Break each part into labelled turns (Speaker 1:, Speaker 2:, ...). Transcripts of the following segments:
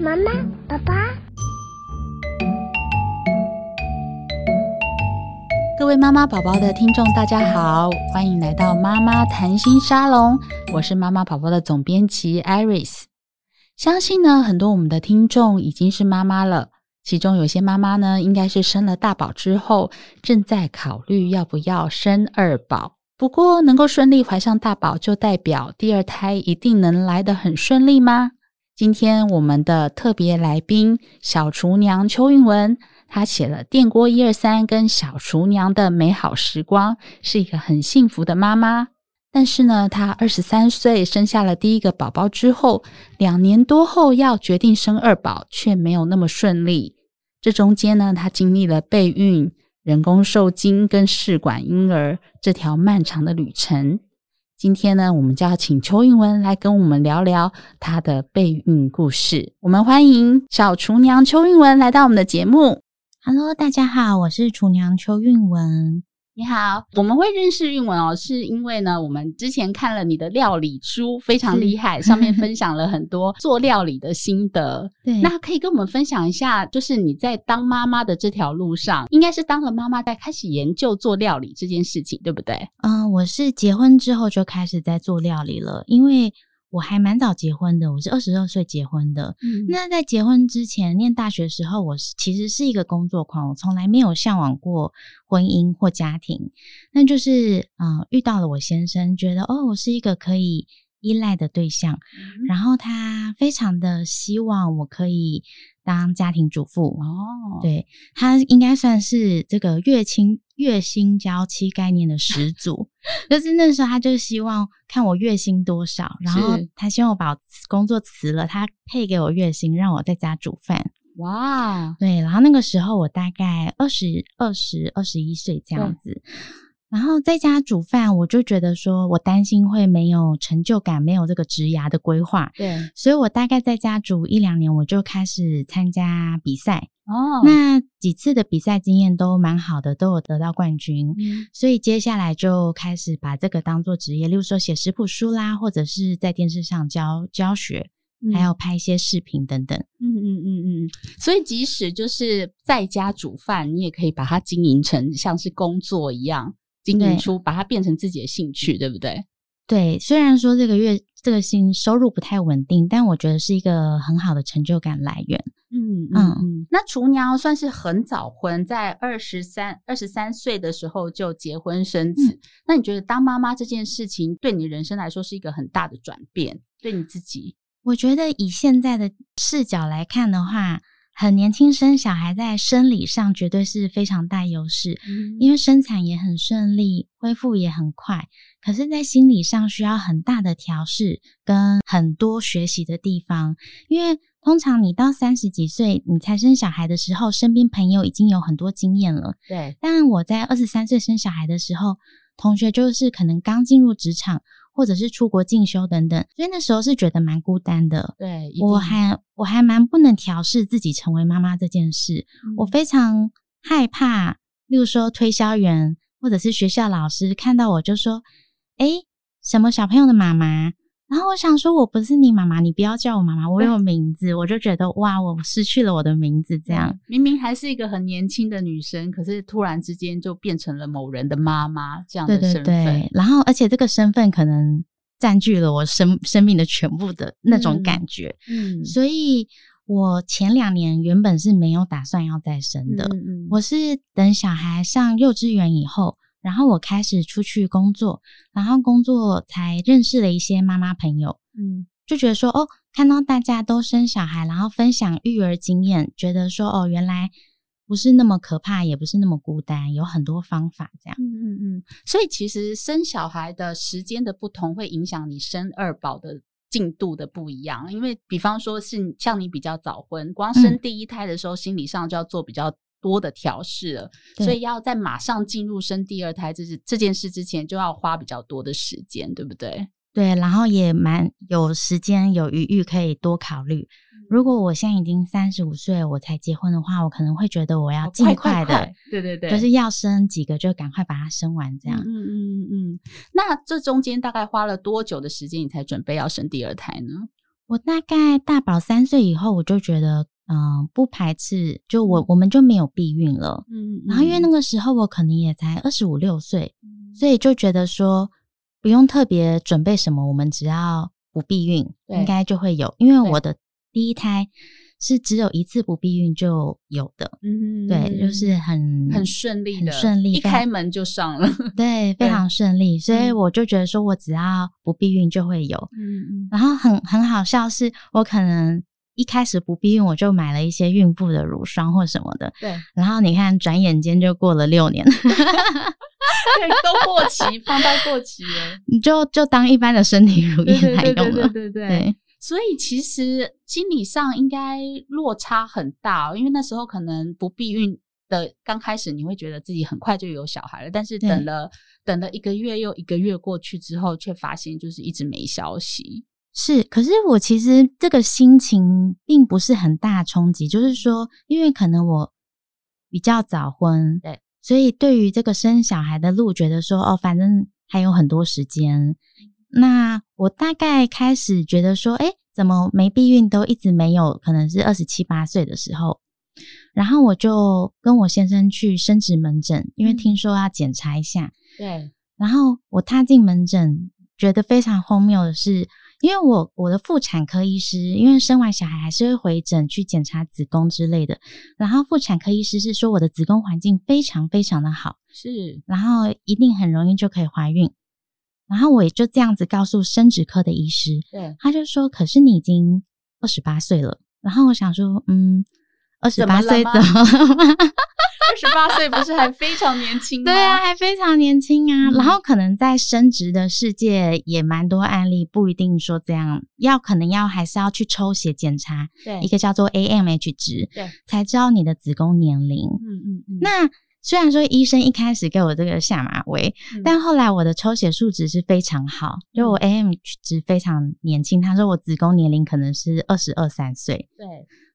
Speaker 1: 妈妈，爸爸，
Speaker 2: 各位妈妈宝宝的听众，大家好，欢迎来到妈妈谈心沙龙，我是妈妈宝宝的总编辑 Iris。相信呢，很多我们的听众已经是妈妈了，其中有些妈妈呢，应该是生了大宝之后，正在考虑要不要生二宝。不过，能够顺利怀上大宝，就代表第二胎一定能来得很顺利吗？今天我们的特别来宾小厨娘邱韵文，她写了《电锅一二三》跟《小厨娘的美好时光》，是一个很幸福的妈妈。但是呢，她二十三岁生下了第一个宝宝之后，两年多后要决定生二宝，却没有那么顺利。这中间呢，她经历了备孕、人工受精跟试管婴儿这条漫长的旅程。今天呢，我们就要请邱韵文来跟我们聊聊她的备孕故事。我们欢迎小厨娘邱韵文来到我们的节目。
Speaker 3: Hello，大家好，我是厨娘邱韵文。
Speaker 2: 你好，我们会认识韵文哦，是因为呢，我们之前看了你的料理书，非常厉害，上面分享了很多做料理的心得。
Speaker 3: 对
Speaker 2: 那可以跟我们分享一下，就是你在当妈妈的这条路上，应该是当了妈妈在开始研究做料理这件事情，对不对？
Speaker 3: 嗯、我是结婚之后就开始在做料理了，因为我还蛮早结婚的，我是二十二岁结婚的。
Speaker 2: 嗯
Speaker 3: 那在结婚之前，念大学时候，我是其实是一个工作狂，我从来没有向往过婚姻或家庭。那就是，嗯、遇到了我先生，觉得哦，我是一个可以依赖的对象，然后他非常的希望我可以当家庭主妇，
Speaker 2: 哦，
Speaker 3: 对他应该算是这个月薪月薪娇妻概念的始祖，就是那时候他就希望看我月薪多少，然后
Speaker 2: 是
Speaker 3: 他希望我把我辞工作辞了，他配给我月薪，让我在家煮饭。
Speaker 2: 哇，
Speaker 3: 对，然后那个时候我大概二十二十二十一岁这样子，然后在家煮饭，我就觉得说我担心会没有成就感，没有这个职涯的规划，
Speaker 2: 对，
Speaker 3: 所以我大概在家煮一两年，我就开始参加比赛。
Speaker 2: 哦，
Speaker 3: 那几次的比赛经验都蛮好的，都有得到冠军，
Speaker 2: 嗯
Speaker 3: 所以接下来就开始把这个当做职业，例如说写食谱书啦，或者是在电视上教教学，还有拍一些视频等等。
Speaker 2: 嗯嗯嗯嗯，嗯，所以即使就是在家煮饭，你也可以把它经营成像是工作一样，经营
Speaker 3: 对
Speaker 2: 出把它变成自己的兴趣，对不对？
Speaker 3: 对，虽然说这个月这个薪收入不太稳定，但我觉得是一个很好的成就感来源。
Speaker 2: 嗯
Speaker 3: 嗯
Speaker 2: 嗯。那厨娘算是很早婚，在二十三二十三岁的时候就结婚生子。那你觉得当妈妈这件事情对你人生来说是一个很大的转变？对你自己，
Speaker 3: 我觉得以现在的视角来看的话，很年轻生小孩在生理上绝对是非常大优势，因为生产也很顺利，恢复也很快，可是，在心理上需要很大的调试跟很多学习的地方，因为通常你到三十几岁你才生小孩的时候，身边朋友已经有很多经验了。
Speaker 2: 对，
Speaker 3: 但我在二十三岁生小孩的时候，同学就是可能刚进入职场，或者是出国进修等等，所以那时候是觉得蛮孤单的。
Speaker 2: 对，一
Speaker 3: 我
Speaker 2: 定
Speaker 3: 还我还蛮不能调试自己成为妈妈这件事，
Speaker 2: 嗯
Speaker 3: 我非常害怕，例如说推销员或者是学校老师看到我就说：“诶，什么小朋友的妈妈？”然后我想说，我不是你妈妈，你不要叫我妈妈，我有名字，我就觉得哇，我失去了我的名字这样。
Speaker 2: 明明还是一个很年轻的女生，可是突然之间就变成了某人的妈妈嗯这样
Speaker 3: 对
Speaker 2: 的
Speaker 3: 对
Speaker 2: 身份。
Speaker 3: 对，然后而且这个身份可能占据了我生生命的全部的那种
Speaker 2: 嗯
Speaker 3: 感觉，
Speaker 2: 嗯
Speaker 3: 所以我前两年原本是没有打算要再生的，
Speaker 2: 嗯嗯
Speaker 3: 我是等小孩上幼稚园以后，然后我开始出去工作，然后工作才认识了一些妈妈朋友，
Speaker 2: 嗯
Speaker 3: 就觉得说哦，看到大家都生小孩，然后分享育儿经验，觉得说哦，原来不是那么可怕，也不是那么孤单，有很多方法这样。
Speaker 2: 嗯嗯嗯，所以其实生小孩的时间的不同，会影响你生二宝的进度的不一样。因为比方说是像你比较早婚，光生
Speaker 3: 嗯
Speaker 2: 第一胎的时候，心理上就要做比较多的调试了，
Speaker 3: 对
Speaker 2: 所以要在马上进入生第二胎这是这件事之前，就要花比较多的时间，对不对？
Speaker 3: 对，然后也蛮有时间有余裕可以多考虑。
Speaker 2: 嗯
Speaker 3: 如果我现在已经三十五岁，我才结婚的话，我可能会觉得我要尽
Speaker 2: 哦
Speaker 3: 快
Speaker 2: 快
Speaker 3: 的，
Speaker 2: 快对对对，
Speaker 3: 就是要生几个就赶快把它生完这样。
Speaker 2: 嗯嗯嗯嗯嗯，那这中间大概花了多久的时间，你才准备要生第二胎呢？
Speaker 3: 我大概大宝三岁以后，我就觉得，嗯、不排斥，就我我们就没有避孕了。
Speaker 2: 嗯嗯
Speaker 3: 然后因为那个时候我可能也才二十五六岁，所以就觉得说不用特别准备什么，我们只要不避孕，
Speaker 2: 对
Speaker 3: 应该就会有。因为
Speaker 2: 对
Speaker 3: 我的第一胎是只有一次不避孕就有的，
Speaker 2: 嗯
Speaker 3: 对，就是很
Speaker 2: 很顺利
Speaker 3: 很
Speaker 2: 的，
Speaker 3: 顺利
Speaker 2: 一开门就上了。
Speaker 3: 对，
Speaker 2: 对
Speaker 3: 非常顺利，所以
Speaker 2: 嗯
Speaker 3: 我就觉得说我只要不避孕就会有。
Speaker 2: 嗯
Speaker 3: 然后很很好笑是，我可能一开始不避孕，我就买了一些孕妇的乳霜或什么的，
Speaker 2: 对，
Speaker 3: 然后你看，转眼间就过了六年，
Speaker 2: 对，都过期，放到过期了。
Speaker 3: 你就就当一般的身体乳
Speaker 2: 对
Speaker 3: 液
Speaker 2: 对
Speaker 3: 来
Speaker 2: 对
Speaker 3: 用
Speaker 2: 对
Speaker 3: 了
Speaker 2: 对。对对。
Speaker 3: 对
Speaker 2: 所以其实心理上应该落差很大哦、因为那时候可能不避孕的，刚开始你会觉得自己很快就有小孩了，但是
Speaker 3: 对
Speaker 2: 等了等了一个月又一个月过去之后，却发现就是一直没消息。
Speaker 3: 是，可是我其实这个心情并不是很大冲击，就是说，因为可能我比较早婚，
Speaker 2: 对，
Speaker 3: 所以对于这个生小孩的路，觉得说哦，反正还有很多时
Speaker 2: 嗯
Speaker 3: 间。那我大概开始觉得说，哎，怎么没避孕都一直没有？可能是二十七八岁的时候，然后我就跟我先生去生殖门诊，因为
Speaker 2: 嗯
Speaker 3: 听说要检查一下，
Speaker 2: 对，
Speaker 3: 然后我踏进门诊，觉得非常荒谬的是，因为我我的妇产科医师，因为生完小孩还是会回诊去检查子宫之类的，然后妇产科医师是说我的子宫环境非常非常的好，
Speaker 2: 是，
Speaker 3: 然后一定很容易就可以怀孕，然后我也就这样子告诉生殖科的医师，
Speaker 2: 对，
Speaker 3: 他就说，可是你已经二十八岁了，然后我想说，嗯，二十
Speaker 2: 怎么
Speaker 3: 八
Speaker 2: 了
Speaker 3: 岁
Speaker 2: 吗
Speaker 3: 怎么了？
Speaker 2: 二十八岁不是还非常年 轻吗？
Speaker 3: 对啊，，还非常年轻啊。
Speaker 2: 嗯
Speaker 3: 然后可能在升职的世界也蛮多案例，不一定说这样，要可能要还是要去抽血检查
Speaker 2: 对
Speaker 3: 一，个叫做 AMH 值，
Speaker 2: 对，
Speaker 3: 才知道你的子宫年龄。
Speaker 2: 嗯嗯嗯，
Speaker 3: 那虽然说医生一开始给我这个下马威，
Speaker 2: 嗯
Speaker 3: 但后来我的抽血数值是非常好，就我 AMH 值非常年轻。他说我子宫年龄可能是二十二三岁，
Speaker 2: 对，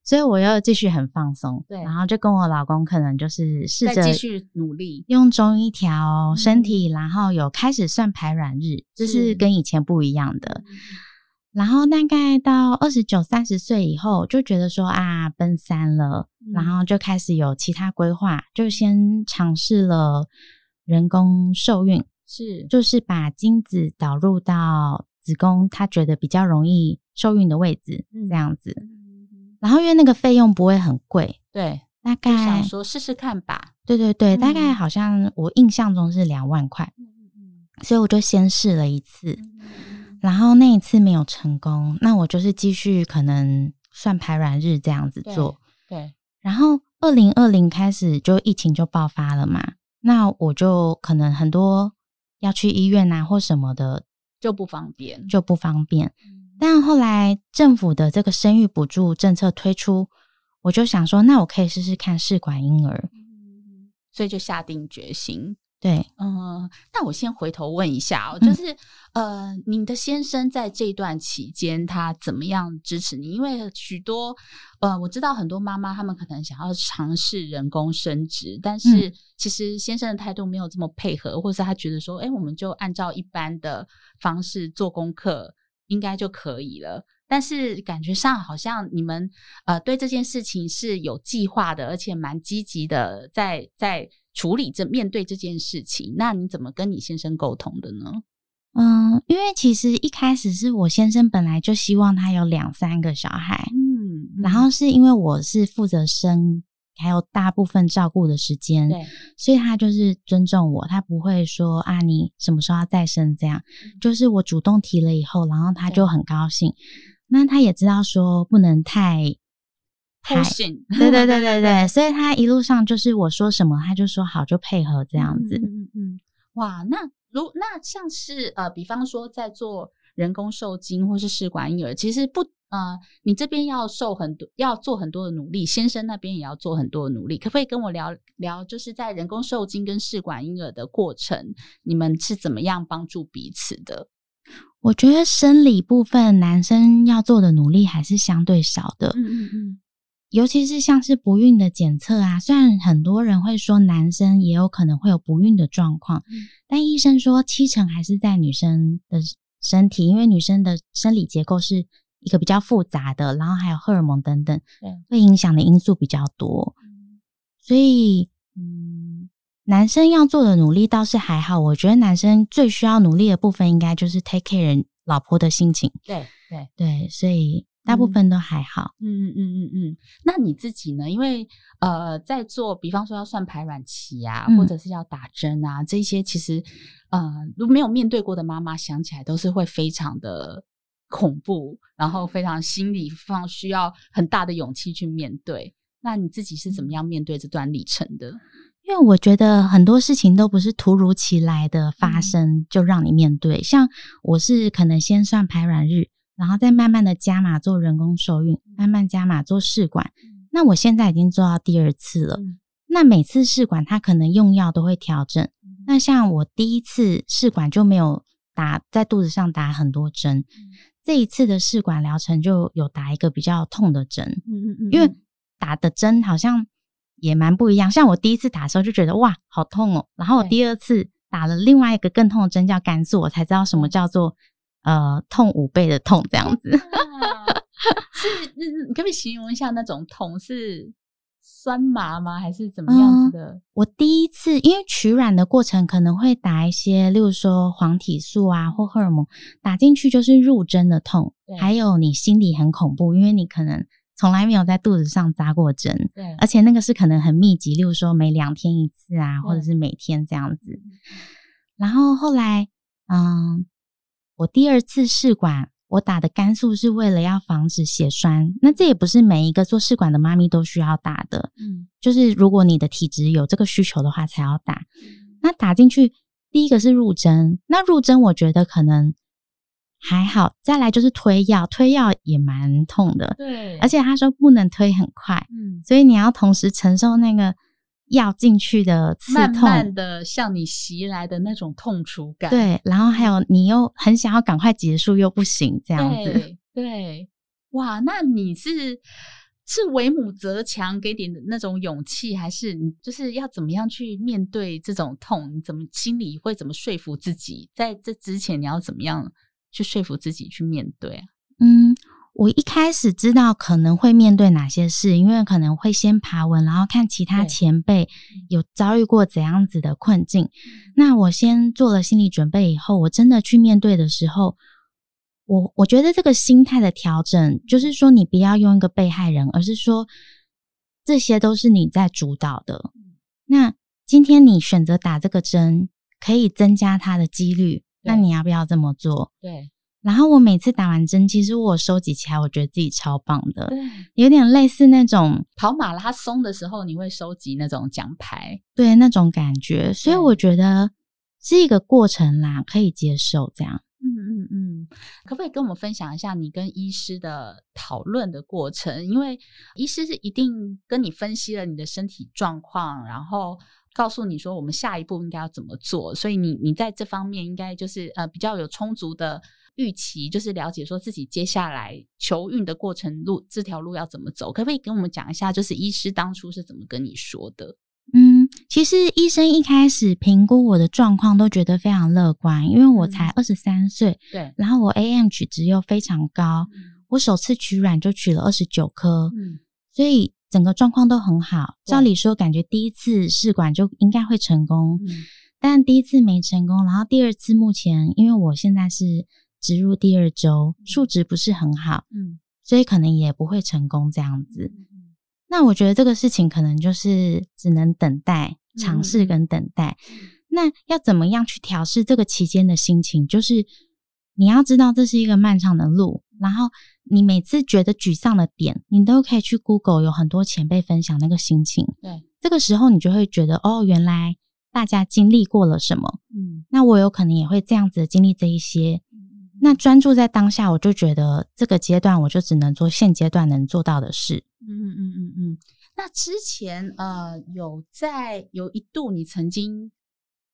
Speaker 3: 所以我又继续很放松。
Speaker 2: 对
Speaker 3: 然后就跟我老公可能就是试
Speaker 2: 再
Speaker 3: 着
Speaker 2: 继续努力。
Speaker 3: 用中医调
Speaker 2: 嗯
Speaker 3: 身体，然后有开始算排卵日，这
Speaker 2: 是嗯
Speaker 3: 是跟以前不一样的。然后大概到二十九、三十岁以后，就觉得说啊，奔三了，
Speaker 2: 嗯
Speaker 3: 然后就开始有其他规划，就先尝试了人工受孕，
Speaker 2: 是，
Speaker 3: 就是把精子导入到子宫，他觉得比较容易受孕的位置，
Speaker 2: 嗯
Speaker 3: 这样子。然后因为那个费用不会很贵，
Speaker 2: 对，
Speaker 3: 大
Speaker 2: 就想
Speaker 3: 概
Speaker 2: 说试试看吧。
Speaker 3: 对对对，大概
Speaker 2: 嗯
Speaker 3: 好像我印象中是两万块。
Speaker 2: 嗯
Speaker 3: 所以我就先试了一次，
Speaker 2: 嗯，
Speaker 3: 然后那一次没有成功，那我就是继续可能算排卵日这样子
Speaker 2: 对
Speaker 3: 做。
Speaker 2: 对，
Speaker 3: 然后二零二零开始就疫情就爆发了嘛，那我就可能很多要去医院啊或什么的
Speaker 2: 就不方便。
Speaker 3: 就不方便。但后来政府的这个生育补助政策推出，我就想说，那我可以试试看试管婴
Speaker 2: 嗯
Speaker 3: 儿。
Speaker 2: 所以就下定决心。
Speaker 3: 对，
Speaker 2: 嗯，那我先回头问一下哦，
Speaker 3: 嗯
Speaker 2: 就是、呃，你的先生在这段期间他怎么样支持你？因为许多呃，我知道很多妈妈她们可能想要尝试人工生殖，但是其实先生的态度没有这么配合，或是他觉得说，哎、我们就按照一般的方式做功课，应该就可以了。但是感觉上好像你们呃对这件事情是有计划的，而且蛮积极的在在处理这面对这件事情。那你怎么跟你先生沟通的呢？
Speaker 3: 嗯，因为其实一开始是我先生本来就希望他有两三个小孩，
Speaker 2: 嗯
Speaker 3: 然后是因为我是负责生，还有大部分照顾的时间，
Speaker 2: 对，
Speaker 3: 所以他就是尊重我，他不会说啊你什么时候要再生这样，就是我主动提了以后，然后他
Speaker 2: 嗯对
Speaker 3: 就很高兴。那他也知道说不能 太，
Speaker 2: 偷信
Speaker 3: 对对对对对，所以他一路上就是我说什么他就说好就配合这样子。
Speaker 2: 嗯嗯嗯，哇，那如那像是呃，比方说在做人工受精或是试管婴儿，其实不呃，你这边要受很多，要做很多的努力，先生那边也要做很多的努力，可不可以跟我聊聊，就是在人工受精跟试管婴儿的过程，你们是怎么样帮助彼此的？
Speaker 3: 我觉得生理部分男生要做的努力还是相对少的，
Speaker 2: 嗯嗯嗯，
Speaker 3: 尤其是像是不孕的检测啊，虽然很多人会说男生也有可能会有不孕的状况，
Speaker 2: 嗯
Speaker 3: 但医生说七成还是在女生的身体，因为女生的生理结构是一个比较复杂的，然后还有荷尔蒙等等
Speaker 2: 对，嗯
Speaker 3: 会影响的因素比较多。所以，嗯，男生要做的努力倒是还好，我觉得男生最需要努力的部分，应该就是 take care 老婆的心情。
Speaker 2: 对对，
Speaker 3: 对，所以大部分都还好。
Speaker 2: 嗯嗯嗯嗯嗯。那你自己呢？因为呃，在做，比方说要算排卵期啊，
Speaker 3: 嗯
Speaker 2: 或者是要打针啊，这些其实呃，如果没有面对过的妈妈，想起来都是会非常的恐怖，然后非常心理上需要很大的勇气去面对。那你自己是怎么样面对这段历程的？
Speaker 3: 因为我觉得很多事情都不是突如其来的发生就让你面对，像我是可能先算排卵日，然后再慢慢的加码做人工受孕，慢慢加码做试管。那我现在已经做到第二次了，
Speaker 2: 嗯
Speaker 3: 那每次试管它可能用药都会调整。那像我第一次试管就没有打在肚子上打很多针，这一次的试管疗程就有打一个比较痛的针。
Speaker 2: 嗯嗯
Speaker 3: 因为打的针好像也蛮不一样。像我第一次打的时候就觉得哇，好痛哦。然后我
Speaker 2: 对
Speaker 3: 第二次打了另外一个更痛的针叫甘素，我才知道什么
Speaker 2: 嗯
Speaker 3: 叫做呃痛五倍的痛这样子。
Speaker 2: 啊 是，嗯你可不可以形容一下那种痛是酸麻吗？还是怎么样子的？
Speaker 3: 我第一次因为取卵的过程可能会打一些，例如说黄体素啊或荷尔蒙，打进去就是入针的痛
Speaker 2: 对，
Speaker 3: 还有你心里很恐怖，因为你可能从来没有在肚子上扎过针。
Speaker 2: 对，
Speaker 3: 而且那个是可能很密集，例如说每两天一次啊，
Speaker 2: 对
Speaker 3: 或者是每天这样子。然后后来，嗯，我第二次试管，我打的肝素是为了要防止血栓，那这也不是每一个做试管的妈咪都需要打的，
Speaker 2: 嗯，
Speaker 3: 就是如果你的体质有这个需求的话才要打。那打进去，第一个是入针，那入针我觉得可能还好，再来就是推药，推药也蛮痛的，
Speaker 2: 对，
Speaker 3: 而且他说不能推很快。
Speaker 2: 嗯，
Speaker 3: 所以你要同时承受那个药进去的刺
Speaker 2: 慢
Speaker 3: 痛，
Speaker 2: 慢的向你袭来的那种痛楚感，
Speaker 3: 对，然后还有你又很想要赶快结束又不行，这样子。
Speaker 2: 对对，哇，那你是是为母则强给点的那种勇气，还是你就是要怎么样去面对这种痛？你怎么心里会怎么说服自己？在这之前，你要怎么样去说服自己去面对啊？
Speaker 3: 嗯，我一开始知道可能会面对哪些事，因为可能会先爬文，然后看其他
Speaker 2: 对嗯
Speaker 3: 前辈有遭遇过怎样子的困境。那我先做了心理准备以后，我真的去面对的时候。我我觉得这个心态的调整，就是说你不要用一个被害人，而是说这些都是你在主导的。
Speaker 2: 嗯
Speaker 3: 那今天你选择打这个针，可以增加它的几率，那
Speaker 2: 对
Speaker 3: 你要不要这么做？
Speaker 2: 对
Speaker 3: 然后我每次打完针，其实我收集起来，我觉得自己超棒的，
Speaker 2: 对，
Speaker 3: 有点类似那种
Speaker 2: 呃跑马拉松的时候，你会收集那种奖牌。
Speaker 3: 对那种感觉，所以
Speaker 2: 对
Speaker 3: 我觉得是一个过程啦，可以接受这样。
Speaker 2: 嗯嗯嗯，可不可以跟我们分享一下你跟医师的讨论的过程？因为医师是一定跟你分析了你的身体状况，然后告诉你说我们下一步应该要怎么做，所以你你在这方面应该就是呃比较有充足的预期，就是了解说自己接下来求孕的过程路这条路要怎么走。可不可以跟我们讲一下，就是医师当初是怎么跟你说的？
Speaker 3: 嗯，其实医生一开始评估我的状况都觉得非常乐观，因为我才
Speaker 2: 嗯
Speaker 3: 二十三岁，
Speaker 2: 对，
Speaker 3: 然后我 AMH 值又非常高，我首次取卵就取了二十九颗，
Speaker 2: 嗯，
Speaker 3: 所以整个状况都很好。
Speaker 2: 对
Speaker 3: 照理说，感觉第一次试管就应该会成功，
Speaker 2: 嗯
Speaker 3: 但第一次没成功，然后第二次目前因为我现在是植入第二周，数值不是很好，
Speaker 2: 嗯
Speaker 3: 所以可能也不会成功这样子。
Speaker 2: 嗯
Speaker 3: 那我觉得这个事情可能就是只能等待、尝试跟等待。那要怎么样去调试这个期间的心情？就是你要知道这是一个漫长的路，然后你每次觉得沮丧的点，你都可以去 Google，有很多前辈分享那个心情。
Speaker 2: 对，
Speaker 3: 这个时候你就会觉得哦，原来大家经历过了什么，
Speaker 2: 嗯
Speaker 3: 那我有可能也会这样子经历这一些。那专注在当下，我就觉得这个阶段我就只能做现阶段能做到的事。
Speaker 2: 嗯嗯嗯嗯，嗯，那之前呃有在有一度你曾经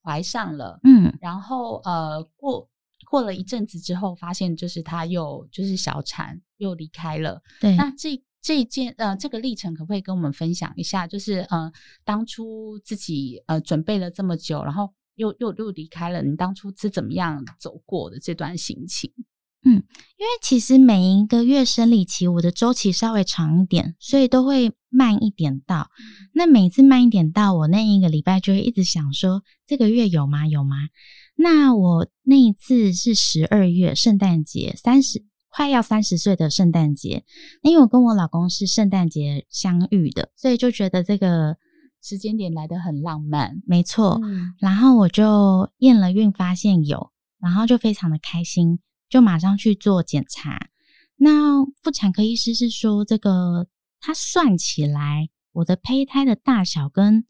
Speaker 2: 怀上了，
Speaker 3: 嗯，
Speaker 2: 然后呃过过了一阵子之后，发现就是他又就是小产又离开了。
Speaker 3: 对。
Speaker 2: 那这这一件呃这个历程可不可以跟我们分享一下？就是呃当初自己呃准备了这么久，然后又又又离开了，你当初是怎么样走过的这段心情？
Speaker 3: 因为其实每一个月生理期，我的周期稍微长一点，所以都会慢一点到。那每次慢一点到，我那一个礼拜就会一直想说，这个月有吗？有吗？那我那一次是十二月圣诞节，三十快要三十岁的圣诞节，因为我跟我老公是圣诞节相遇的，所以就觉得这个
Speaker 2: 时间点来的很浪漫。
Speaker 3: 没错。
Speaker 2: 嗯
Speaker 3: 然后我就验了孕，发现有，然后就非常的开心，就马上去做检查。那妇产科医师是说，这个他算起来，我的胚胎的大小跟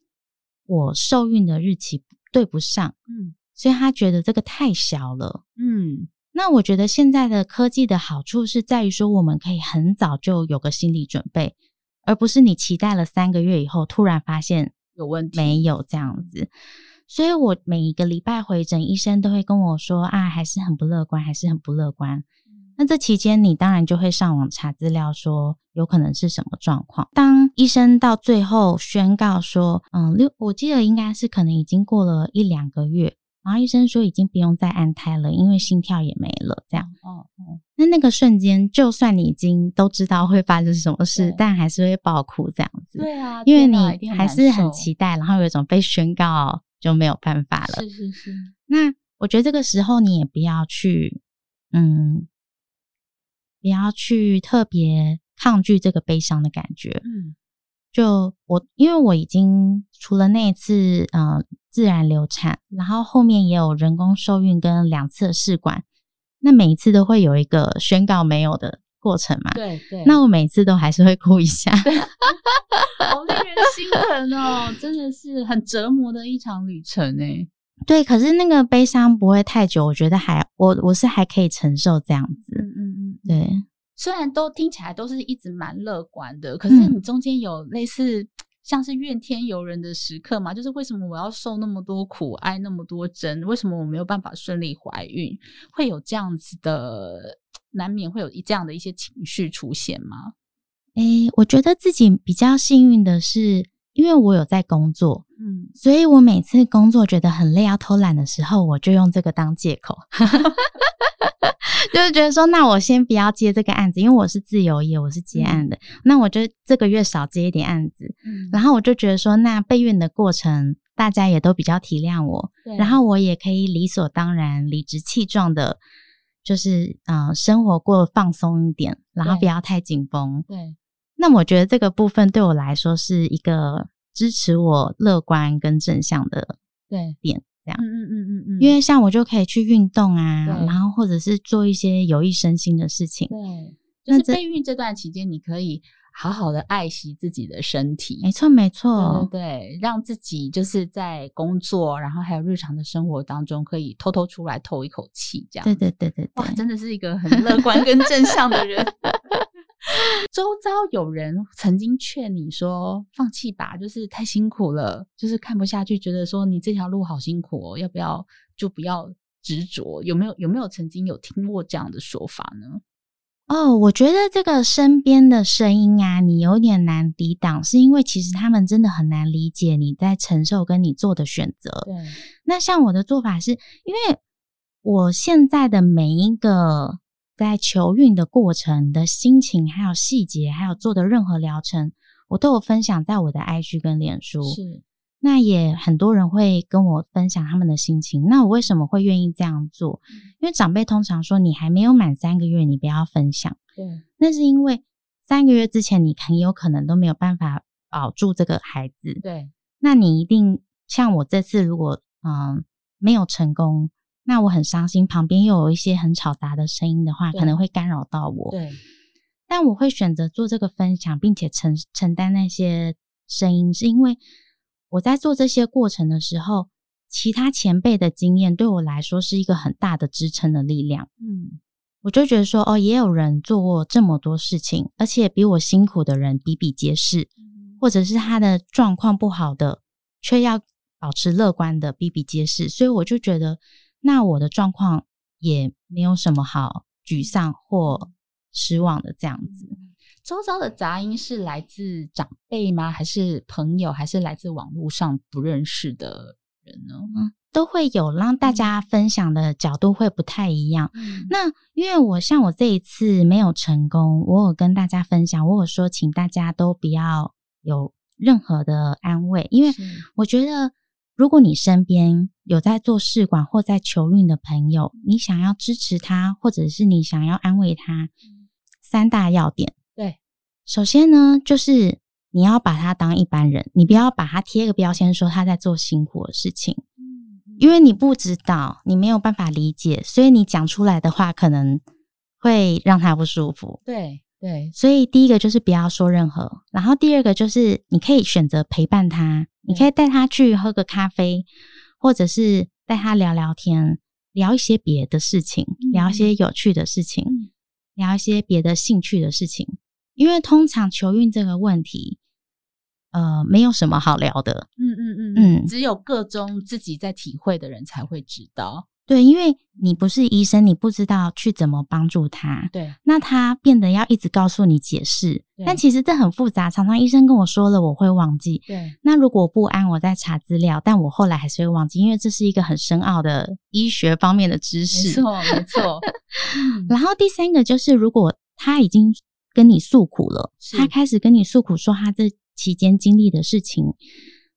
Speaker 3: 我受孕的日期对不上，
Speaker 2: 嗯
Speaker 3: 所以他觉得这个太小了。
Speaker 2: 嗯
Speaker 3: 那我觉得现在的科技的好处是在于说，我们可以很早就有个心理准备，而不是你期待了三个月以后，突然发现
Speaker 2: 有问题
Speaker 3: 没有这样子。所以我每一个礼拜回诊，医生都会跟我说啊，还是很不乐观，还是很不乐观。
Speaker 2: 嗯
Speaker 3: 那这期间，你当然就会上网查资料，说有可能是什么状况。当医生到最后宣告说，嗯，六，我记得应该是可能已经过了一两个月，然后医生说已经不用再安胎了，因为心跳也没了，这样。
Speaker 2: 哦哦，
Speaker 3: 那那个瞬间，就算你已经都知道会发生什么事
Speaker 2: 对，
Speaker 3: 但还是会爆哭这样子。
Speaker 2: 对啊，
Speaker 3: 因为
Speaker 2: 天哪一
Speaker 3: 你
Speaker 2: 定
Speaker 3: 还
Speaker 2: 难
Speaker 3: 是很
Speaker 2: 受
Speaker 3: 期待，然后有一种被宣告就没有办法了。
Speaker 2: 是是是，
Speaker 3: 那我觉得这个时候你也不要去，嗯，不要去特别抗拒这个悲伤的感觉。
Speaker 2: 嗯
Speaker 3: 就我，因为我已经除了那一次呃自然流产，然后后面也有人工受孕跟两次的试管，那每一次都会有一个宣告没有的过程嘛。
Speaker 2: 对对，
Speaker 3: 那我每次都还是会哭一下。
Speaker 2: 好令人心疼哦，真的是很折磨的一场旅程哎。
Speaker 3: 对，可是那个悲伤不会太久，我觉得还我我是还可以承受这样子。
Speaker 2: 嗯嗯，
Speaker 3: 对，
Speaker 2: 虽然都听起来都是一直蛮乐观的，可是
Speaker 3: 嗯
Speaker 2: 你中间有类似像是怨天尤人的时刻嘛？就是为什么我要受那么多苦，挨那么多针？为什么我没有办法顺利怀孕？会有这样子的，难免会有一这样的一些情绪出现吗？
Speaker 3: 诶，我觉得自己比较幸运的是，因为我有在工作，
Speaker 2: 嗯，
Speaker 3: 所以我每次工作觉得很累要偷懒的时候，我就用这个当借口， 就是觉得说，那我先不要接这个案子，因为我是自由业，我是接
Speaker 2: 嗯
Speaker 3: 案的，那我就这个月少接一点案子，然后我就觉得说，那备孕的过程大家也都比较体谅我，
Speaker 2: 对
Speaker 3: 然后我也可以理所当然、理直气壮的，就是嗯、呃生活过得放松一点，然后
Speaker 2: 对
Speaker 3: 不要太紧绷。
Speaker 2: 对，
Speaker 3: 那我觉得这个部分对我来说是一个支持我乐观跟正向的
Speaker 2: 对
Speaker 3: 点，这样
Speaker 2: 嗯。嗯嗯嗯嗯，
Speaker 3: 因为像我就可以去运动啊，
Speaker 2: 对
Speaker 3: 然后或者是做一些有益身心的事情。
Speaker 2: 对，就
Speaker 3: 那
Speaker 2: 是
Speaker 3: 这
Speaker 2: 备孕这段期间，你可以好好的爱惜自己的身体，
Speaker 3: 没错，没
Speaker 2: 对对
Speaker 3: 错，
Speaker 2: 对，让自己就是在工作，然后还有日常的生活当中，可以偷偷出来透一口气，这样。
Speaker 3: 对对对对
Speaker 2: 哇，
Speaker 3: 对。
Speaker 2: 真的是一个很乐观跟正向的人。 周遭有人曾经劝你说放弃吧，就是太辛苦了，就是看不下去，觉得说你这条路好辛苦哦，要不要就不要执着？有没有有没有曾经有听过这样的说法呢？
Speaker 3: 哦，我觉得这个身边的声音啊，你有点难抵挡，是因为其实他们真的很难理解你在承受跟你做的选择。
Speaker 2: 对，
Speaker 3: 那像我的做法是，因为我现在的每一个在求孕的过程的心情，还有细节，还有做的任何疗程，我都有分享在我的 IG 跟脸书。
Speaker 2: 是
Speaker 3: 那也很多人会跟我分享他们的心情。那我为什么会愿意这样做？因为长辈通常说，你还没有满三个月，你不要分享。
Speaker 2: 对，
Speaker 3: 那是因为三个月之前，你很有可能都没有办法保住这个孩子。
Speaker 2: 对，
Speaker 3: 那你一定像我这次，如果嗯、没有成功，那我很伤心。旁边又有一些很吵杂的声音的话，
Speaker 2: 对
Speaker 3: 可能会干扰到我。
Speaker 2: 对，
Speaker 3: 但我会选择做这个分享，并且承承担那些声音，是因为我在做这些过程的时候，其他前辈的经验对我来说是一个很大的支撑的力量。
Speaker 2: 嗯，
Speaker 3: 我就觉得说，哦，也有人做过这么多事情，而且比我辛苦的人比比皆是，
Speaker 2: 嗯
Speaker 3: 或者是他的状况不好的，却要保持乐观的比比皆是。所以我就觉得，那我的状况也没有什么好沮丧或失望的这样子。
Speaker 2: 周遭的杂音是来自长辈吗？还是朋友？还是来自网络上不认识的人呢？
Speaker 3: 都会有让大家分享的角度会不太一样。
Speaker 2: 嗯
Speaker 3: 那因为我像我这一次没有成功，我有跟大家分享，我有说请大家都不要有任何的安慰，因为
Speaker 2: 是
Speaker 3: 我觉得如果你身边有在做试管或在求孕的朋友，你想要支持他，或者是你想要安慰他，三大要点。
Speaker 2: 对，
Speaker 3: 首先呢，就是你要把他当一般人，你不要把他贴个标签说他在做辛苦的事情。
Speaker 2: 嗯
Speaker 3: 因为你不知道，你没有办法理解，所以你讲出来的话可能会让他不舒服。
Speaker 2: 对对，
Speaker 3: 所以第一个就是不要说任何，然后第二个就是你可以选择陪伴他，你可以带他去喝个咖啡，或者是带他聊聊天，聊一些别的事情，聊一些有趣的事情，聊一些别的兴趣的事情。因为通常求孕这个问题，呃，没有什么好聊的，
Speaker 2: 嗯嗯
Speaker 3: 嗯
Speaker 2: 只有各中自己在体会的人才会知道。
Speaker 3: 对，因为你不是医生，你不知道去怎么帮助他。
Speaker 2: 对，
Speaker 3: 那他变得要一直告诉你解释
Speaker 2: 对，
Speaker 3: 但其实这很复杂。常常医生跟我说了，我会忘记。
Speaker 2: 对，
Speaker 3: 那如果我不安，我在查资料，但我后来还是会忘记，因为这是一个很深奥的医学方面的知
Speaker 2: 没
Speaker 3: 识。
Speaker 2: 错，嗯没 错。
Speaker 3: 然后第三个就是，如果他已经跟你诉苦了，
Speaker 2: 是
Speaker 3: 他开始跟你诉苦说他这期间经历的事情，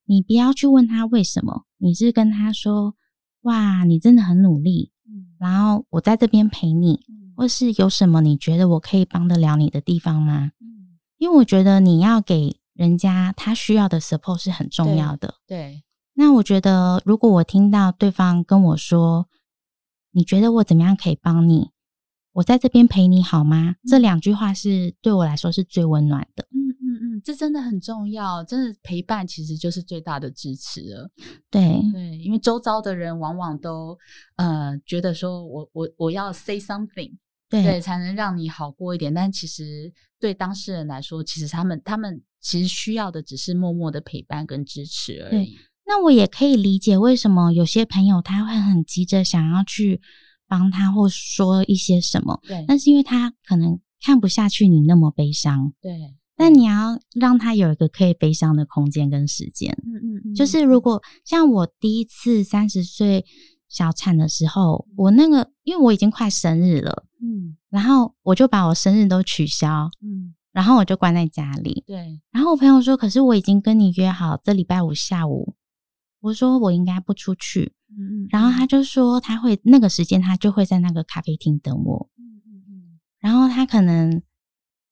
Speaker 3: 你不要去问他为什么，你是跟他说：“哇，你真的很努力，
Speaker 2: 嗯
Speaker 3: 然后我在这边陪你，或是有什么你觉得我可以帮得了你的地方吗？”
Speaker 2: 嗯
Speaker 3: 因为我觉得你要给人家他需要的 support 是很重要的。
Speaker 2: 对，
Speaker 3: 那我觉得，如果我听到对方跟我说：“你觉得我怎么样可以帮你？我在这边陪你好吗？”这两句话是对我来说是最温暖的。
Speaker 2: 嗯嗯嗯，这真的很重要，真的陪伴其实就是最大的支持了。
Speaker 3: 对，
Speaker 2: 对，因为周遭的人往往都呃觉得说我我我要 say something，
Speaker 3: 对，
Speaker 2: 对，才能让你好过一点。但其实对当事人来说，其实他们他们其实需要的只是默默的陪伴跟支持而
Speaker 3: 对
Speaker 2: 已。
Speaker 3: 那我也可以理解为什么有些朋友他会很急着想要去帮他或说一些什么，
Speaker 2: 对
Speaker 3: 那是因为他可能看不下去你那么悲伤。
Speaker 2: 对，
Speaker 3: 但你要让他有一个可以悲伤的空间跟时间。
Speaker 2: 嗯嗯嗯
Speaker 3: 就是如果像我第一次三十岁小产的时候，我那个因为我已经快生日了，
Speaker 2: 嗯
Speaker 3: 然后我就把我生日都取消，
Speaker 2: 嗯，
Speaker 3: 然后我就关在家里。
Speaker 2: 对
Speaker 3: 然后我朋友说：“可是我已经跟你约好这礼拜五下午。”我说：“我应该不出去。
Speaker 2: 嗯”
Speaker 3: 然后他就说：“他会那个时间，他就会在那个咖啡厅等我。
Speaker 2: 嗯嗯
Speaker 3: 然后他可能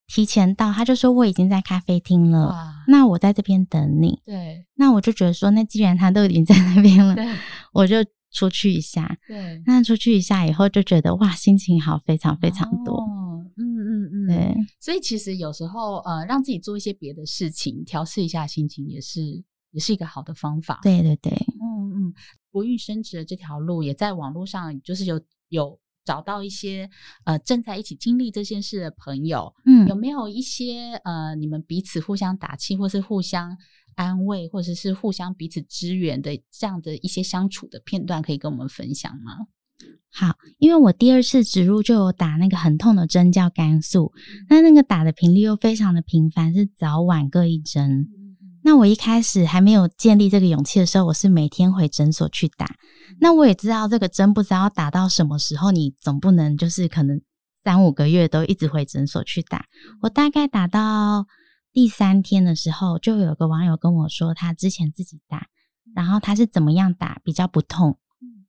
Speaker 3: 提前到，他就说我已经在咖啡厅
Speaker 2: 嗯
Speaker 3: 了，
Speaker 2: 哇，
Speaker 3: 那我在这边等你。
Speaker 2: 对
Speaker 3: 那我就觉得说，那既然他都已经在那边了，
Speaker 2: 对
Speaker 3: 我就出去一下。
Speaker 2: 对，
Speaker 3: 那出去一下以后，就觉得哇，心情好非常非常多。
Speaker 2: 哦嗯嗯嗯，
Speaker 3: 对，
Speaker 2: 所以其实有时候呃，让自己做一些别的事情，调试一下心情，也是也是一个好的方法。
Speaker 3: 对对对，
Speaker 2: 嗯嗯，国孕生殖的这条路也在网络上，就是有有找到一些呃正在一起经历这件事的朋友，有
Speaker 3: 嗯，
Speaker 2: 没有一些呃你们彼此互相打气，或是互相安慰，或者是互相彼此支援的这样的一些相处的片段，可以跟我们分享吗？
Speaker 3: 好，因为我第二次植入就有打那个很痛的针，叫肝素。那那个打的频率又非常的频繁，是早晚各一针。那我一开始还没有建立这个勇气的时候，我是每天回诊所去打。
Speaker 2: 嗯
Speaker 3: 那我也知道这个针不知道打到什么时候，你总不能就是可能三五个月都一直回诊所去打。
Speaker 2: 嗯
Speaker 3: 我大概打到第三天的时候，就有个网友跟我说，他之前自己打，
Speaker 2: 嗯
Speaker 3: 然后他是怎么样打比较不痛，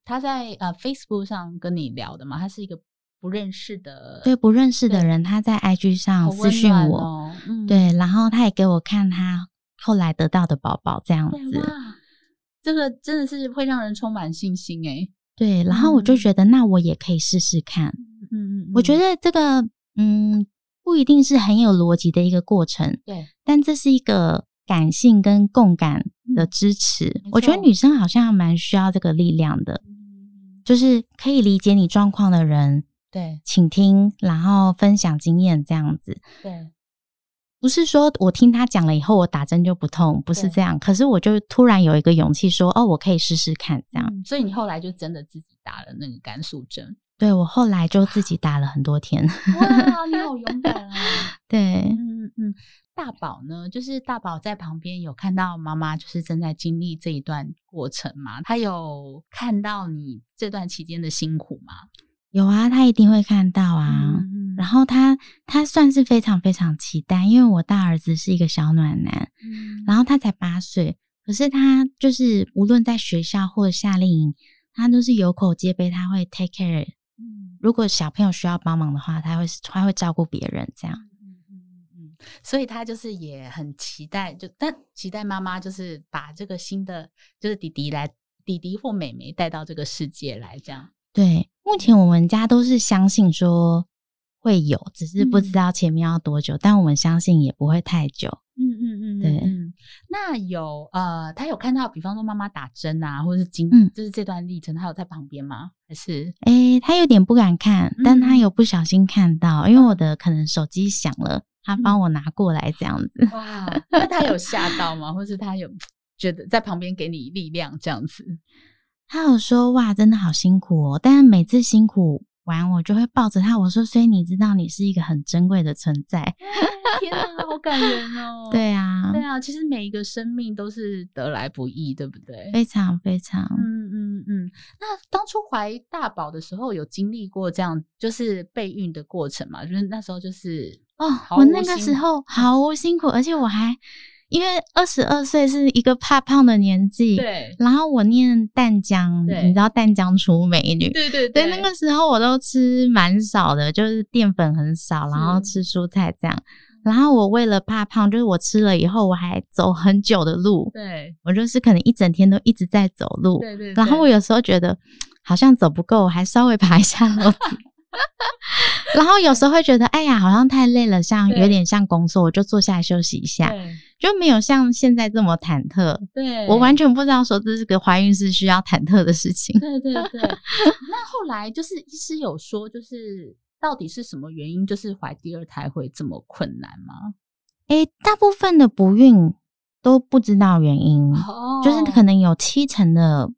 Speaker 2: 他在呃 Facebook 上跟你聊的嘛，他是一个不认识的，
Speaker 3: 对不认识的
Speaker 2: 对
Speaker 3: 人，他在 IG
Speaker 2: 好
Speaker 3: 上私
Speaker 2: 温
Speaker 3: 讯
Speaker 2: 暖
Speaker 3: 我，
Speaker 2: 哦，嗯，
Speaker 3: 对，然后他也给我看他后来得到的宝宝这样
Speaker 2: 对
Speaker 3: 子，
Speaker 2: 哇，这个真的是会让人充满信心哎、
Speaker 3: 对，然后我
Speaker 2: 嗯
Speaker 3: 就觉得那我也可以试试看。
Speaker 2: 嗯嗯，
Speaker 3: 我觉得这个嗯不一定是很有逻辑的一个过程，
Speaker 2: 对，
Speaker 3: 但这是一个感性跟共感的支持。
Speaker 2: 嗯没
Speaker 3: 我觉得
Speaker 2: 错嗯
Speaker 3: 女生好像蛮需要这个力量的，就是可以理解你状况的人，
Speaker 2: 对
Speaker 3: 倾听，然后分享经验这样子。
Speaker 2: 对
Speaker 3: 不是说我听他讲了以后我打针就不痛，不是
Speaker 2: 对
Speaker 3: 这样。可是我就突然有一个勇气说，哦，我可以试试看这样。
Speaker 2: 嗯所以你后来就真的自己打了那个肝素针，
Speaker 3: 对我后来就自己打了很多天。
Speaker 2: 哇，你好勇敢啊！
Speaker 3: 对，
Speaker 2: 嗯嗯嗯，大宝呢，就是大宝在旁边有看到妈妈就是正在经历这一段过程嘛，他有看到你这段期间的辛苦吗？
Speaker 3: 有啊，他一定会看到啊。
Speaker 2: 嗯
Speaker 3: 然后他他算是非常非常期待，因为我大儿子是一个小暖男，
Speaker 2: 嗯
Speaker 3: 然后他才八岁，可是他就是无论在学校或者夏令营，他都是有口皆碑，他会 take care。如
Speaker 2: 嗯
Speaker 3: 果小朋友需要帮忙的话，他会他会照顾别人这样。
Speaker 2: 嗯所以他就是也很期待，就但期待妈妈就是把这个新的就是弟弟来弟弟或妹妹带到这个世界来，这样。
Speaker 3: 对，目前我们家都是相信说会有，只是不知道前面要多久，但我们相信也不会太久。
Speaker 2: 嗯嗯嗯
Speaker 3: 对
Speaker 2: 嗯，那有呃，他有看到，比方说妈妈打针啊，或者是经，
Speaker 3: 嗯
Speaker 2: 就是这段历程，他有在旁边吗？还是
Speaker 3: 诶，他有点不敢看，但他
Speaker 2: 嗯
Speaker 3: 有不小心看到，因为我的可能手机响了，他
Speaker 2: 嗯
Speaker 3: 帮我拿过来这样子。
Speaker 2: 哇，那他有吓到吗？或是他有觉得在旁边给你力量这 样子？
Speaker 3: 他有说哇，真的好辛苦哦，但每次辛苦完，我就会抱着他，我说，所以你知道你是一个很珍贵的存在。
Speaker 2: 天啊，好感人哦！
Speaker 3: 对啊，
Speaker 2: 对啊，其实每一个生命都是得来不易，对不对？
Speaker 3: 非常非常。
Speaker 2: 嗯嗯嗯，那当初怀大宝的时候，有经历过这样就是备孕的过程嘛？就是那时候就是
Speaker 3: 哦，
Speaker 2: 毫
Speaker 3: 我
Speaker 2: 无啊
Speaker 3: 那个时
Speaker 2: 辛苦
Speaker 3: 候毫无辛苦，而且我还因为二十二岁是一个怕胖的年纪，
Speaker 2: 对
Speaker 3: 然后我念淡江，
Speaker 2: 对
Speaker 3: 你知道淡江出美女，
Speaker 2: 对对
Speaker 3: 对，那个时候我都吃蛮少的，就是淀粉很少，然后吃蔬菜这样。然后我为了怕胖，就是我吃了以后，我还走很久的路，
Speaker 2: 对
Speaker 3: 我就是可能一整天都一直在走路。
Speaker 2: 对对，
Speaker 3: 然后我
Speaker 2: 有
Speaker 3: 有时候觉得好像走不够，我还稍微爬一下楼梯。 然后有时候会觉得，哎呀，好像太累了，像
Speaker 2: 对
Speaker 3: 有点像工作，我就坐下来休息一下，就没有像现在这么忐忑。
Speaker 2: 对，
Speaker 3: 我完全不知道说这是个怀孕是需要忐忑的事情。
Speaker 2: 对对对。那后来就是医师有说，就是到底是什么原因，就是怀第二胎会这么困难吗？
Speaker 3: 诶，大部分的不孕都不知道原因，
Speaker 2: 哦
Speaker 3: 就是可能有七成的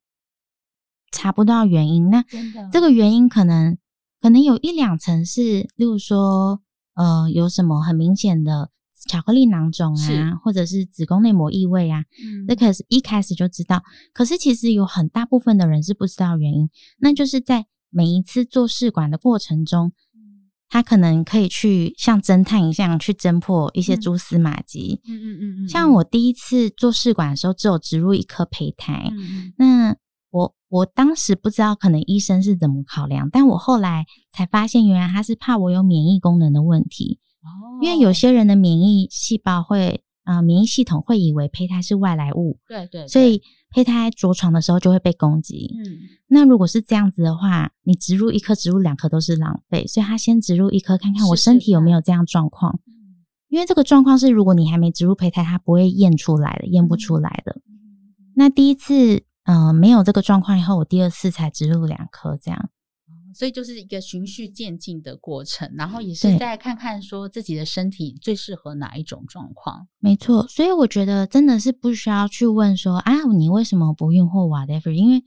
Speaker 3: 查不到原因。那
Speaker 2: 真的
Speaker 3: 这个原因可能可能有一两成是，例如说，呃，有什么很明显的巧克力囊肿
Speaker 2: 是
Speaker 3: 啊，或者是子宫内膜异位啊，
Speaker 2: 嗯
Speaker 3: 这可是一开始就知道。可是其实有很大部分的人是不知道原因，那就是在每一次做试管的过程中。
Speaker 2: 嗯
Speaker 3: 他可能可以去像侦探一样去侦破一些
Speaker 2: 嗯
Speaker 3: 蛛丝马迹，
Speaker 2: 嗯嗯嗯嗯，
Speaker 3: 像我第一次做试管的时候，只有植入一颗胚胎。
Speaker 2: 嗯，
Speaker 3: 那我我当时不知道，可能医生是怎么考量，但我后来才发现，原来他是怕我有免疫功能的问题，
Speaker 2: 哦
Speaker 3: 因为有些人的免疫细胞会，呃，免疫系统会以为胚胎是外来物，
Speaker 2: 对对，
Speaker 3: 所
Speaker 2: 对
Speaker 3: 以胚胎着床的时候就会被攻击。
Speaker 2: 嗯
Speaker 3: 那如果是这样子的话，你植入一颗、植入两颗都是浪费，所以他先植入一颗，看看我
Speaker 2: 试试
Speaker 3: 身体有没
Speaker 2: 看
Speaker 3: 有这样状况。
Speaker 2: 嗯
Speaker 3: 因为这个状况是，如果你还没植入胚胎，它不会验出来的，验不出来的。
Speaker 2: 嗯
Speaker 3: 那第一次，呃，没有这个状况以后，我第二次才植入两颗，这样
Speaker 2: 所以就是一个循序渐进的过程，然后也是
Speaker 3: 对
Speaker 2: 在看看说自己的身体最适合哪一种状况。
Speaker 3: 没错。所以我觉得真的是不需要去问说啊，你为什么不孕或 whatever，因为，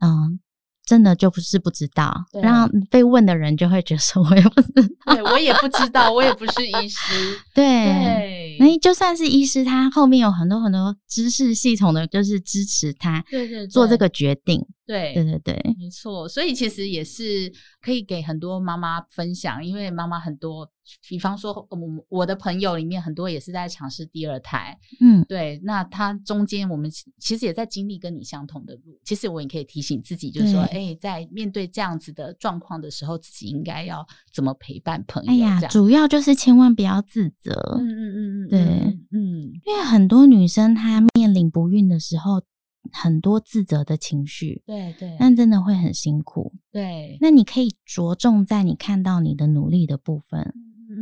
Speaker 3: 嗯、真的就不是不知道，
Speaker 2: 对
Speaker 3: 让被问的人就会觉得说我也不知道。
Speaker 2: 对我也不知道，我也不是医师。
Speaker 3: 对，
Speaker 2: 对，
Speaker 3: 那就算是医师，他后面有很多很多知识系统的，就是支持他
Speaker 2: 对对
Speaker 3: 做这
Speaker 2: 对
Speaker 3: 个决定。
Speaker 2: 对
Speaker 3: 对对对。
Speaker 2: 没错，所以其实也是可以给很多妈妈分享，因为妈妈很多，比方说呃我们我的朋友里面很多也是在尝试第二胎，
Speaker 3: 嗯，
Speaker 2: 对，那她中间我们其其实也在经历跟你相同的路，其实我也可以提醒自己，就是说，哎、
Speaker 3: 对
Speaker 2: 在面对这样子的状况的时候，自己应该要怎么陪伴朋友？
Speaker 3: 哎呀
Speaker 2: 这，样
Speaker 3: 主要就是千万不要自责，
Speaker 2: 嗯嗯嗯嗯，
Speaker 3: 对
Speaker 2: 嗯嗯，
Speaker 3: 因为很多女生她面临不孕的时候，很多自责的情绪，
Speaker 2: 对对
Speaker 3: 那真的会很辛苦。
Speaker 2: 对，
Speaker 3: 那你可以着重在你看到你的努力的部分，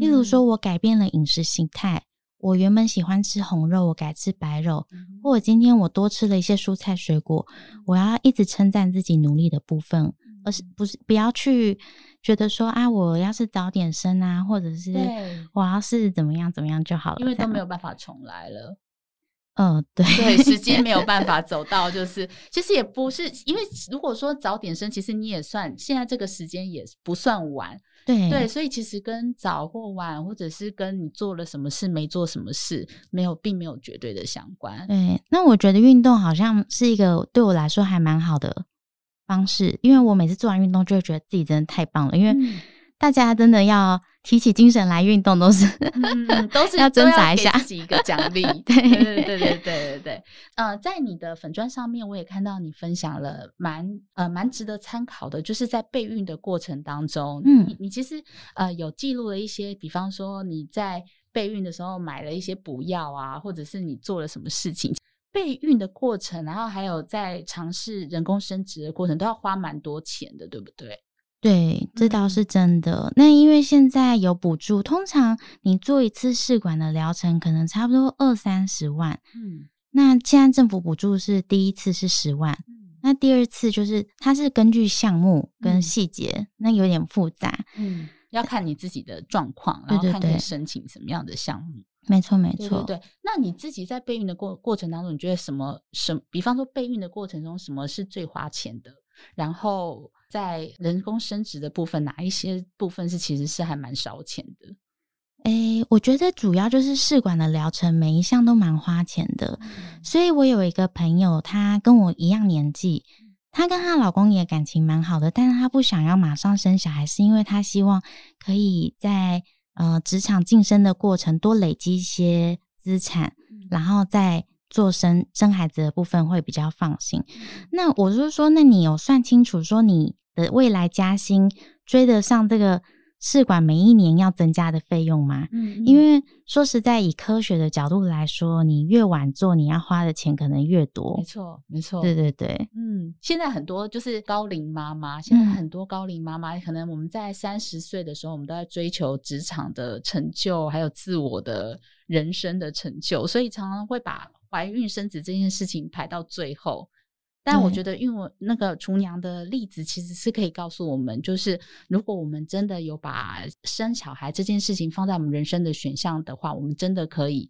Speaker 3: 例
Speaker 2: 嗯
Speaker 3: 如说，我改变了饮食形态，我原本喜欢吃红肉，我改吃白肉，
Speaker 2: 嗯，
Speaker 3: 或者今天我多吃了一些蔬菜水果，我要一直称赞自己努力的部分，而
Speaker 2: 嗯
Speaker 3: 是不是不要去觉得说啊，我要是早点生啊，或者是
Speaker 2: 嗯对，
Speaker 3: 我要是怎么样怎么样就好了，
Speaker 2: 因为
Speaker 3: 这
Speaker 2: 都
Speaker 3: 样
Speaker 2: 没有办法重来了。
Speaker 3: 嗯、对，
Speaker 2: 对，时间没有办法走到，就是其实也不是，因为如果说早点生，其实你也算现在这个时间也不算晚，
Speaker 3: 对
Speaker 2: 对，所以其实跟早或晚，或者是跟你做了什么事没做什么事，没有并没有绝对的相关。
Speaker 3: 对，那我觉得运动好像是一个对我来说还蛮好的方式，因为我每次做完运动就会觉得自己真的太棒了，因为
Speaker 2: 嗯
Speaker 3: 大家真的要提起精神来运动都是
Speaker 2: 嗯，嗯都是
Speaker 3: 要
Speaker 2: 都
Speaker 3: 挣扎一
Speaker 2: 给
Speaker 3: 下
Speaker 2: 自己一个奖励。
Speaker 3: 对
Speaker 2: 对对对对对对。呃，在你的粉砖上面，我也看到你分享了蛮呃蛮值得参考的，就是在备孕的过程当中，
Speaker 3: 嗯
Speaker 2: 你你其实呃有记录了一些，比方说你在备孕的时候买了一些补药啊，或者是你做了什么事情。备孕的过程，然后还有在尝试人工生殖的过程，都要花蛮多钱的，对不对？
Speaker 3: 对，这
Speaker 2: 嗯
Speaker 3: 倒是真的。那因为现在有补助，通常你做一次试管的疗程可能差不多二三十万，
Speaker 2: 嗯
Speaker 3: 那现在政府补助是第一次是十万，那第二次就是它是根据项目
Speaker 2: 嗯
Speaker 3: 跟细节，那有点复杂。
Speaker 2: 嗯，要看你自己的状况，
Speaker 3: 对
Speaker 2: 然后
Speaker 3: 对
Speaker 2: 看可以
Speaker 3: 对
Speaker 2: 申请什么样的项目。
Speaker 3: 没错，没
Speaker 2: 对
Speaker 3: 错，
Speaker 2: 对对，那你自己在备孕的过过程当中，你觉得什么什？比方说备孕的过程中，什么是最花钱的？然后在人工生殖的部分，哪一些部分是其实是还蛮烧钱的？
Speaker 3: 诶，我觉得主要就是试管的疗程，每一项都蛮花钱的。所以我有一个朋友，她跟我一样年纪，她跟她老公也感情蛮好的，但是她不想要马上生小孩，是因为她希望可以在呃职场晋升的过程多累积一些资产，然后再做生生孩子的部分会比较放心。那我就是说，那你有算清楚说你的未来加薪追得上这个试管每一年要增加的费用吗？
Speaker 2: 嗯
Speaker 3: 因为说实在，以科学的角度来说，你越晚做，你要花的钱可能越多
Speaker 2: 没。错，没错，
Speaker 3: 对对对，
Speaker 2: 嗯，现在很多就是高龄妈妈，现在
Speaker 3: 嗯
Speaker 2: 很多高龄妈妈，可能我们在三十岁的时候，我们都在追求职场的成就，还有自我的人生的成就，所以常常会把怀孕生子这件事情排到最后。但我
Speaker 3: 对
Speaker 2: 觉得，因为那个厨娘的例子，其实是可以告诉我们，就是如果我们真的有把生小孩这件事情放在我们人生的选项的话，我们真的可以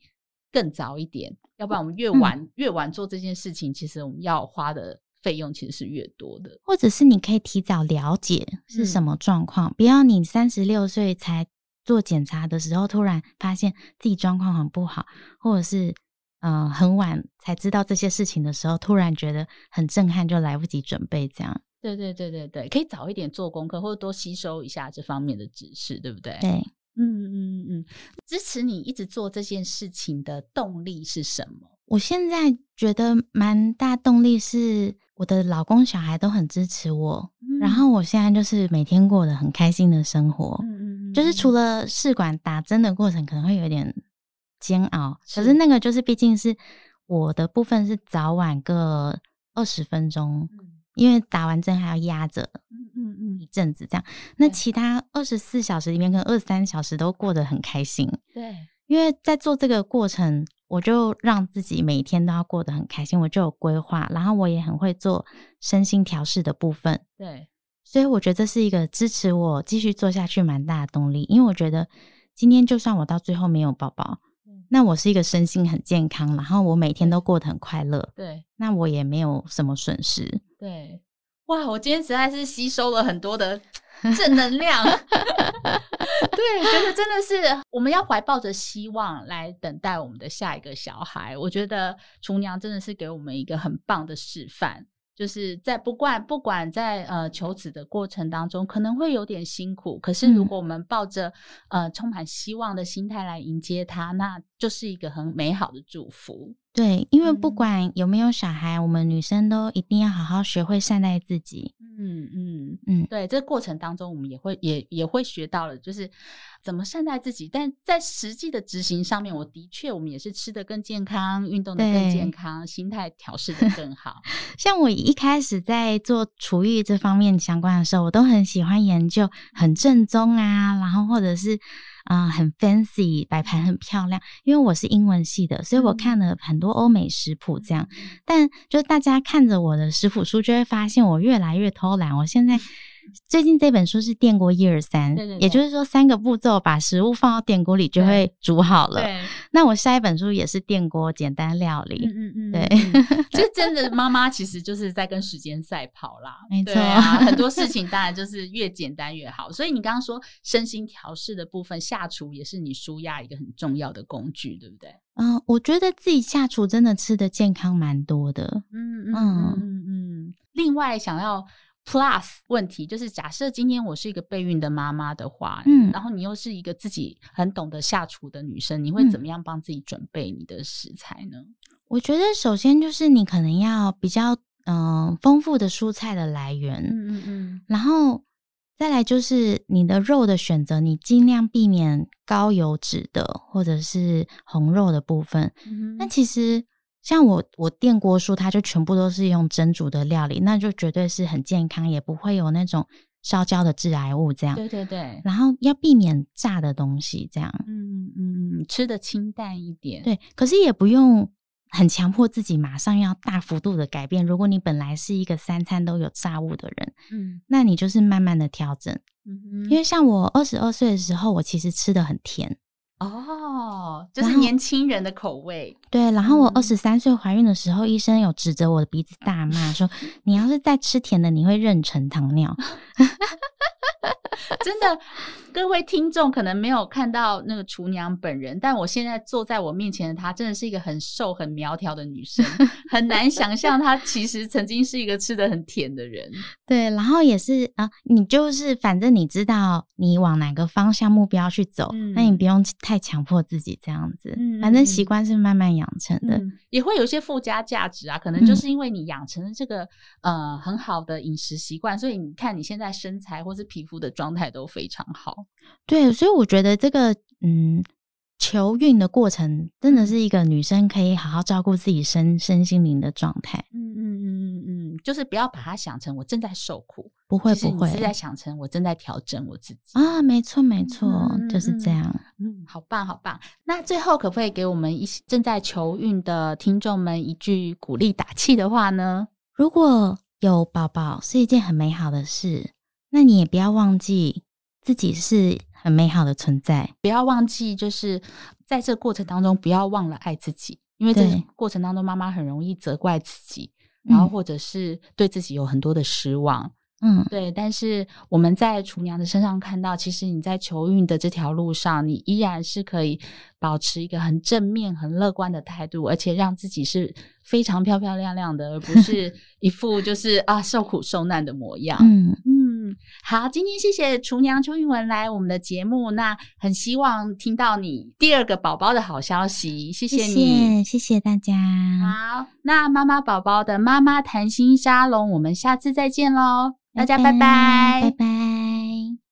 Speaker 2: 更早一点，要不然我们越
Speaker 3: 嗯
Speaker 2: 晚、越晚做这件事情，其实我们要花的费用其实是越多的。
Speaker 3: 或者是你可以提早了解是
Speaker 2: 嗯
Speaker 3: 什么状况，不要你三十六岁才做检查的时候，突然发现自己状况很不好，或者是呃很晚才知道这些事情的时候，突然觉得很震撼，就来不及准备这样。
Speaker 2: 对对对对对，可以早一点做功课，或者多吸收一下这方面的知识，对不对？
Speaker 3: 对，
Speaker 2: 嗯嗯嗯，支持你一直做这件事情的动力是什么？
Speaker 3: 我现在觉得蛮大动力是我的老公、小孩都很支持我，然后我现在就是每天过得很开心的生活，
Speaker 2: 嗯嗯，嗯嗯嗯，
Speaker 3: 就是除了试管打针的过程可能会有点煎熬，
Speaker 2: 是
Speaker 3: 可是那个就是毕竟是我的部分是早晚各二十分钟，
Speaker 2: 嗯
Speaker 3: 因为打完针还要压着
Speaker 2: 嗯嗯嗯，
Speaker 3: 一阵子这样。那
Speaker 2: 对
Speaker 3: 其他二十四小时里面跟二三小时都过得很开心，
Speaker 2: 对，
Speaker 3: 因为在做这个过程，我就让自己每天都要过得很开心，我就有规划，然后我也很会做身心调试的部分，
Speaker 2: 对，
Speaker 3: 所以我觉得这是一个支持我继续做下去蛮大的动力，因为我觉得今天就算我到最后没有宝宝
Speaker 2: 嗯，
Speaker 3: 那我是一个身心很健康，然后我每天都过得很快乐，
Speaker 2: 对，
Speaker 3: 那我也没有什么损失。
Speaker 2: 对， 哇！我今天实在是吸收了很多的正能量。 对，觉得真的是我们要怀抱着希望来等待我们的下一个小孩。我觉得厨娘真的是给我们一个很棒的示范。就是在不管不管在呃求子的过程当中，可能会有点辛苦，可是如
Speaker 3: 嗯
Speaker 2: 果我们抱着、呃充满希望的心态来迎接它，那就是一个很美好的祝福。
Speaker 3: 对，因为不
Speaker 2: 嗯
Speaker 3: 管有没有小孩，我们女生都一定要好好学会善待自己。
Speaker 2: 嗯嗯
Speaker 3: 嗯
Speaker 2: 对，这个过程当中，我们也会也也会学到了，就是怎么善待自己。但在实际的执行上面，我的确我们也是吃得更健康，运动得更
Speaker 3: 对
Speaker 2: 健康，心态调试得 更好。
Speaker 3: 像我一开始在做厨艺这方面相关的时候，我都很喜欢研究很正宗啊，然后或者是嗯、呃很 fancy，摆盘很漂亮。因为我是英文系的，所以我
Speaker 2: 嗯
Speaker 3: 看了很多欧美食谱 这样。但就大家看着我的食谱书，就会发现我越来越偷懒。我现在最近这本书是电锅一二三
Speaker 4: 对对，对
Speaker 3: 也就是说三个步骤，把食物放到电锅里就会煮好了。
Speaker 4: 对，
Speaker 3: 那我下一本书也是电锅简单料理，
Speaker 4: 嗯嗯
Speaker 3: 对，
Speaker 2: 就真的妈妈其实就是在跟时间赛跑啦，
Speaker 3: 没
Speaker 2: 对
Speaker 3: 错
Speaker 2: 啊，很 多事情当然就是越简单越好。所以你刚刚说身心调试的部分，下厨也是你舒压一个很重要的工具，对不对？
Speaker 3: 嗯，我觉得自己下厨真的吃的健康蛮多的。
Speaker 2: 嗯
Speaker 3: 嗯
Speaker 2: 嗯嗯。另外，想要 plus 问题就是，假设今天我是一个备孕的妈妈的话，嗯，
Speaker 3: 嗯
Speaker 2: 然后你又是一个自己很懂得下厨的女生，你会
Speaker 3: 嗯
Speaker 2: 怎么样帮自己准备你的食材呢？
Speaker 3: 我觉得首先就是你可能要比较嗯丰、富的蔬菜的来源，
Speaker 2: 嗯嗯
Speaker 3: 然后再来就是你的肉的选择，你尽量避免高油脂的或者是红肉的部分。
Speaker 2: 嗯
Speaker 3: 那其实像我我电锅蔬，它就全部都是用蒸煮的料理，那就绝对是很健康，也不会有那种烧焦的致癌物这样。
Speaker 2: 对对对，
Speaker 3: 然后要避免炸的东西这样。
Speaker 2: 嗯嗯嗯，吃的清淡一点，
Speaker 3: 对，可是也不用很强迫自己马上要大幅度的改变。如果你本来是一个三餐都有炸物的人，
Speaker 2: 嗯，
Speaker 3: 那你就是慢慢的调整。
Speaker 2: 嗯哼，
Speaker 3: 因为像我二十二岁的时候，我其实吃的很甜，
Speaker 2: 哦，就是
Speaker 3: 然后
Speaker 2: 年轻人的口味，
Speaker 3: 对。然后我
Speaker 2: 嗯
Speaker 3: 二十三岁怀孕的时候，医生有指着我的鼻子大 骂说：“你要是再吃甜的，你会妊娠糖尿。
Speaker 2: 真的，各位听众可能没有看到那个厨娘本人，但我现在坐在我面前的她，真的是一个很瘦、很苗条的女 生，很难想象她其实曾经是一个吃的很甜的人。”
Speaker 3: 对，然后也是啊、你就是反正你知道你往哪个方向目标去走，那你
Speaker 2: 嗯
Speaker 3: 不用太强迫自己这样子，
Speaker 2: 嗯
Speaker 3: 反正
Speaker 2: 嗯
Speaker 3: 习
Speaker 2: 嗯
Speaker 3: 惯是慢慢养成的。
Speaker 2: 嗯，也会有一些附加价值啊，可能就
Speaker 3: 嗯
Speaker 2: 是因为你养成了这个、呃很好的饮食习惯，所以你看你现在身材或是皮肤的状态都非常好。
Speaker 3: 对，所以我觉得这个嗯，求孕的过程真的
Speaker 2: 嗯
Speaker 3: 是一个女生可以好好照顾自己身身心灵的状态，
Speaker 2: 嗯嗯嗯嗯嗯，就是不要把它想成我正在受苦，
Speaker 3: 不会
Speaker 2: 其实
Speaker 3: 不会
Speaker 2: 你是在想成我正在调整我自己。
Speaker 3: 啊，没错没错，
Speaker 2: 嗯
Speaker 3: 就是这
Speaker 2: 嗯
Speaker 3: 样。
Speaker 2: 嗯，好棒好棒。那最后可不可以给我们一些正在求孕的听众们一句鼓励打气的话呢？
Speaker 3: 如果有宝宝是一件很美好的事，那你也不要忘记自己是很美好的存在。
Speaker 2: 不要忘记，就是在这个过程当中，不要忘了爱自己，因为这
Speaker 3: 对
Speaker 2: 过程当中，妈妈很容易责怪自己，然后
Speaker 3: 嗯
Speaker 2: 或者是对自己有很多的失望。
Speaker 3: 嗯，
Speaker 2: 对，但是我们在厨娘的身上看到，其实你在求孕的这条路上，你依然是可以保持一个很正面、很乐观的态度，而且让自己是非常漂漂亮亮的，而不 是一副就是啊受苦受难的模样。
Speaker 3: 嗯，
Speaker 2: 嗯，好，今天谢谢厨娘邱韵文来我们的节目，那很希望听到你第二个宝宝的好消息，谢
Speaker 3: 谢
Speaker 2: 你。
Speaker 3: 谢谢谢大家，
Speaker 2: 好，那妈妈宝宝的妈妈谈心沙龙，我们下次再见喽，大家拜拜，
Speaker 3: 拜拜。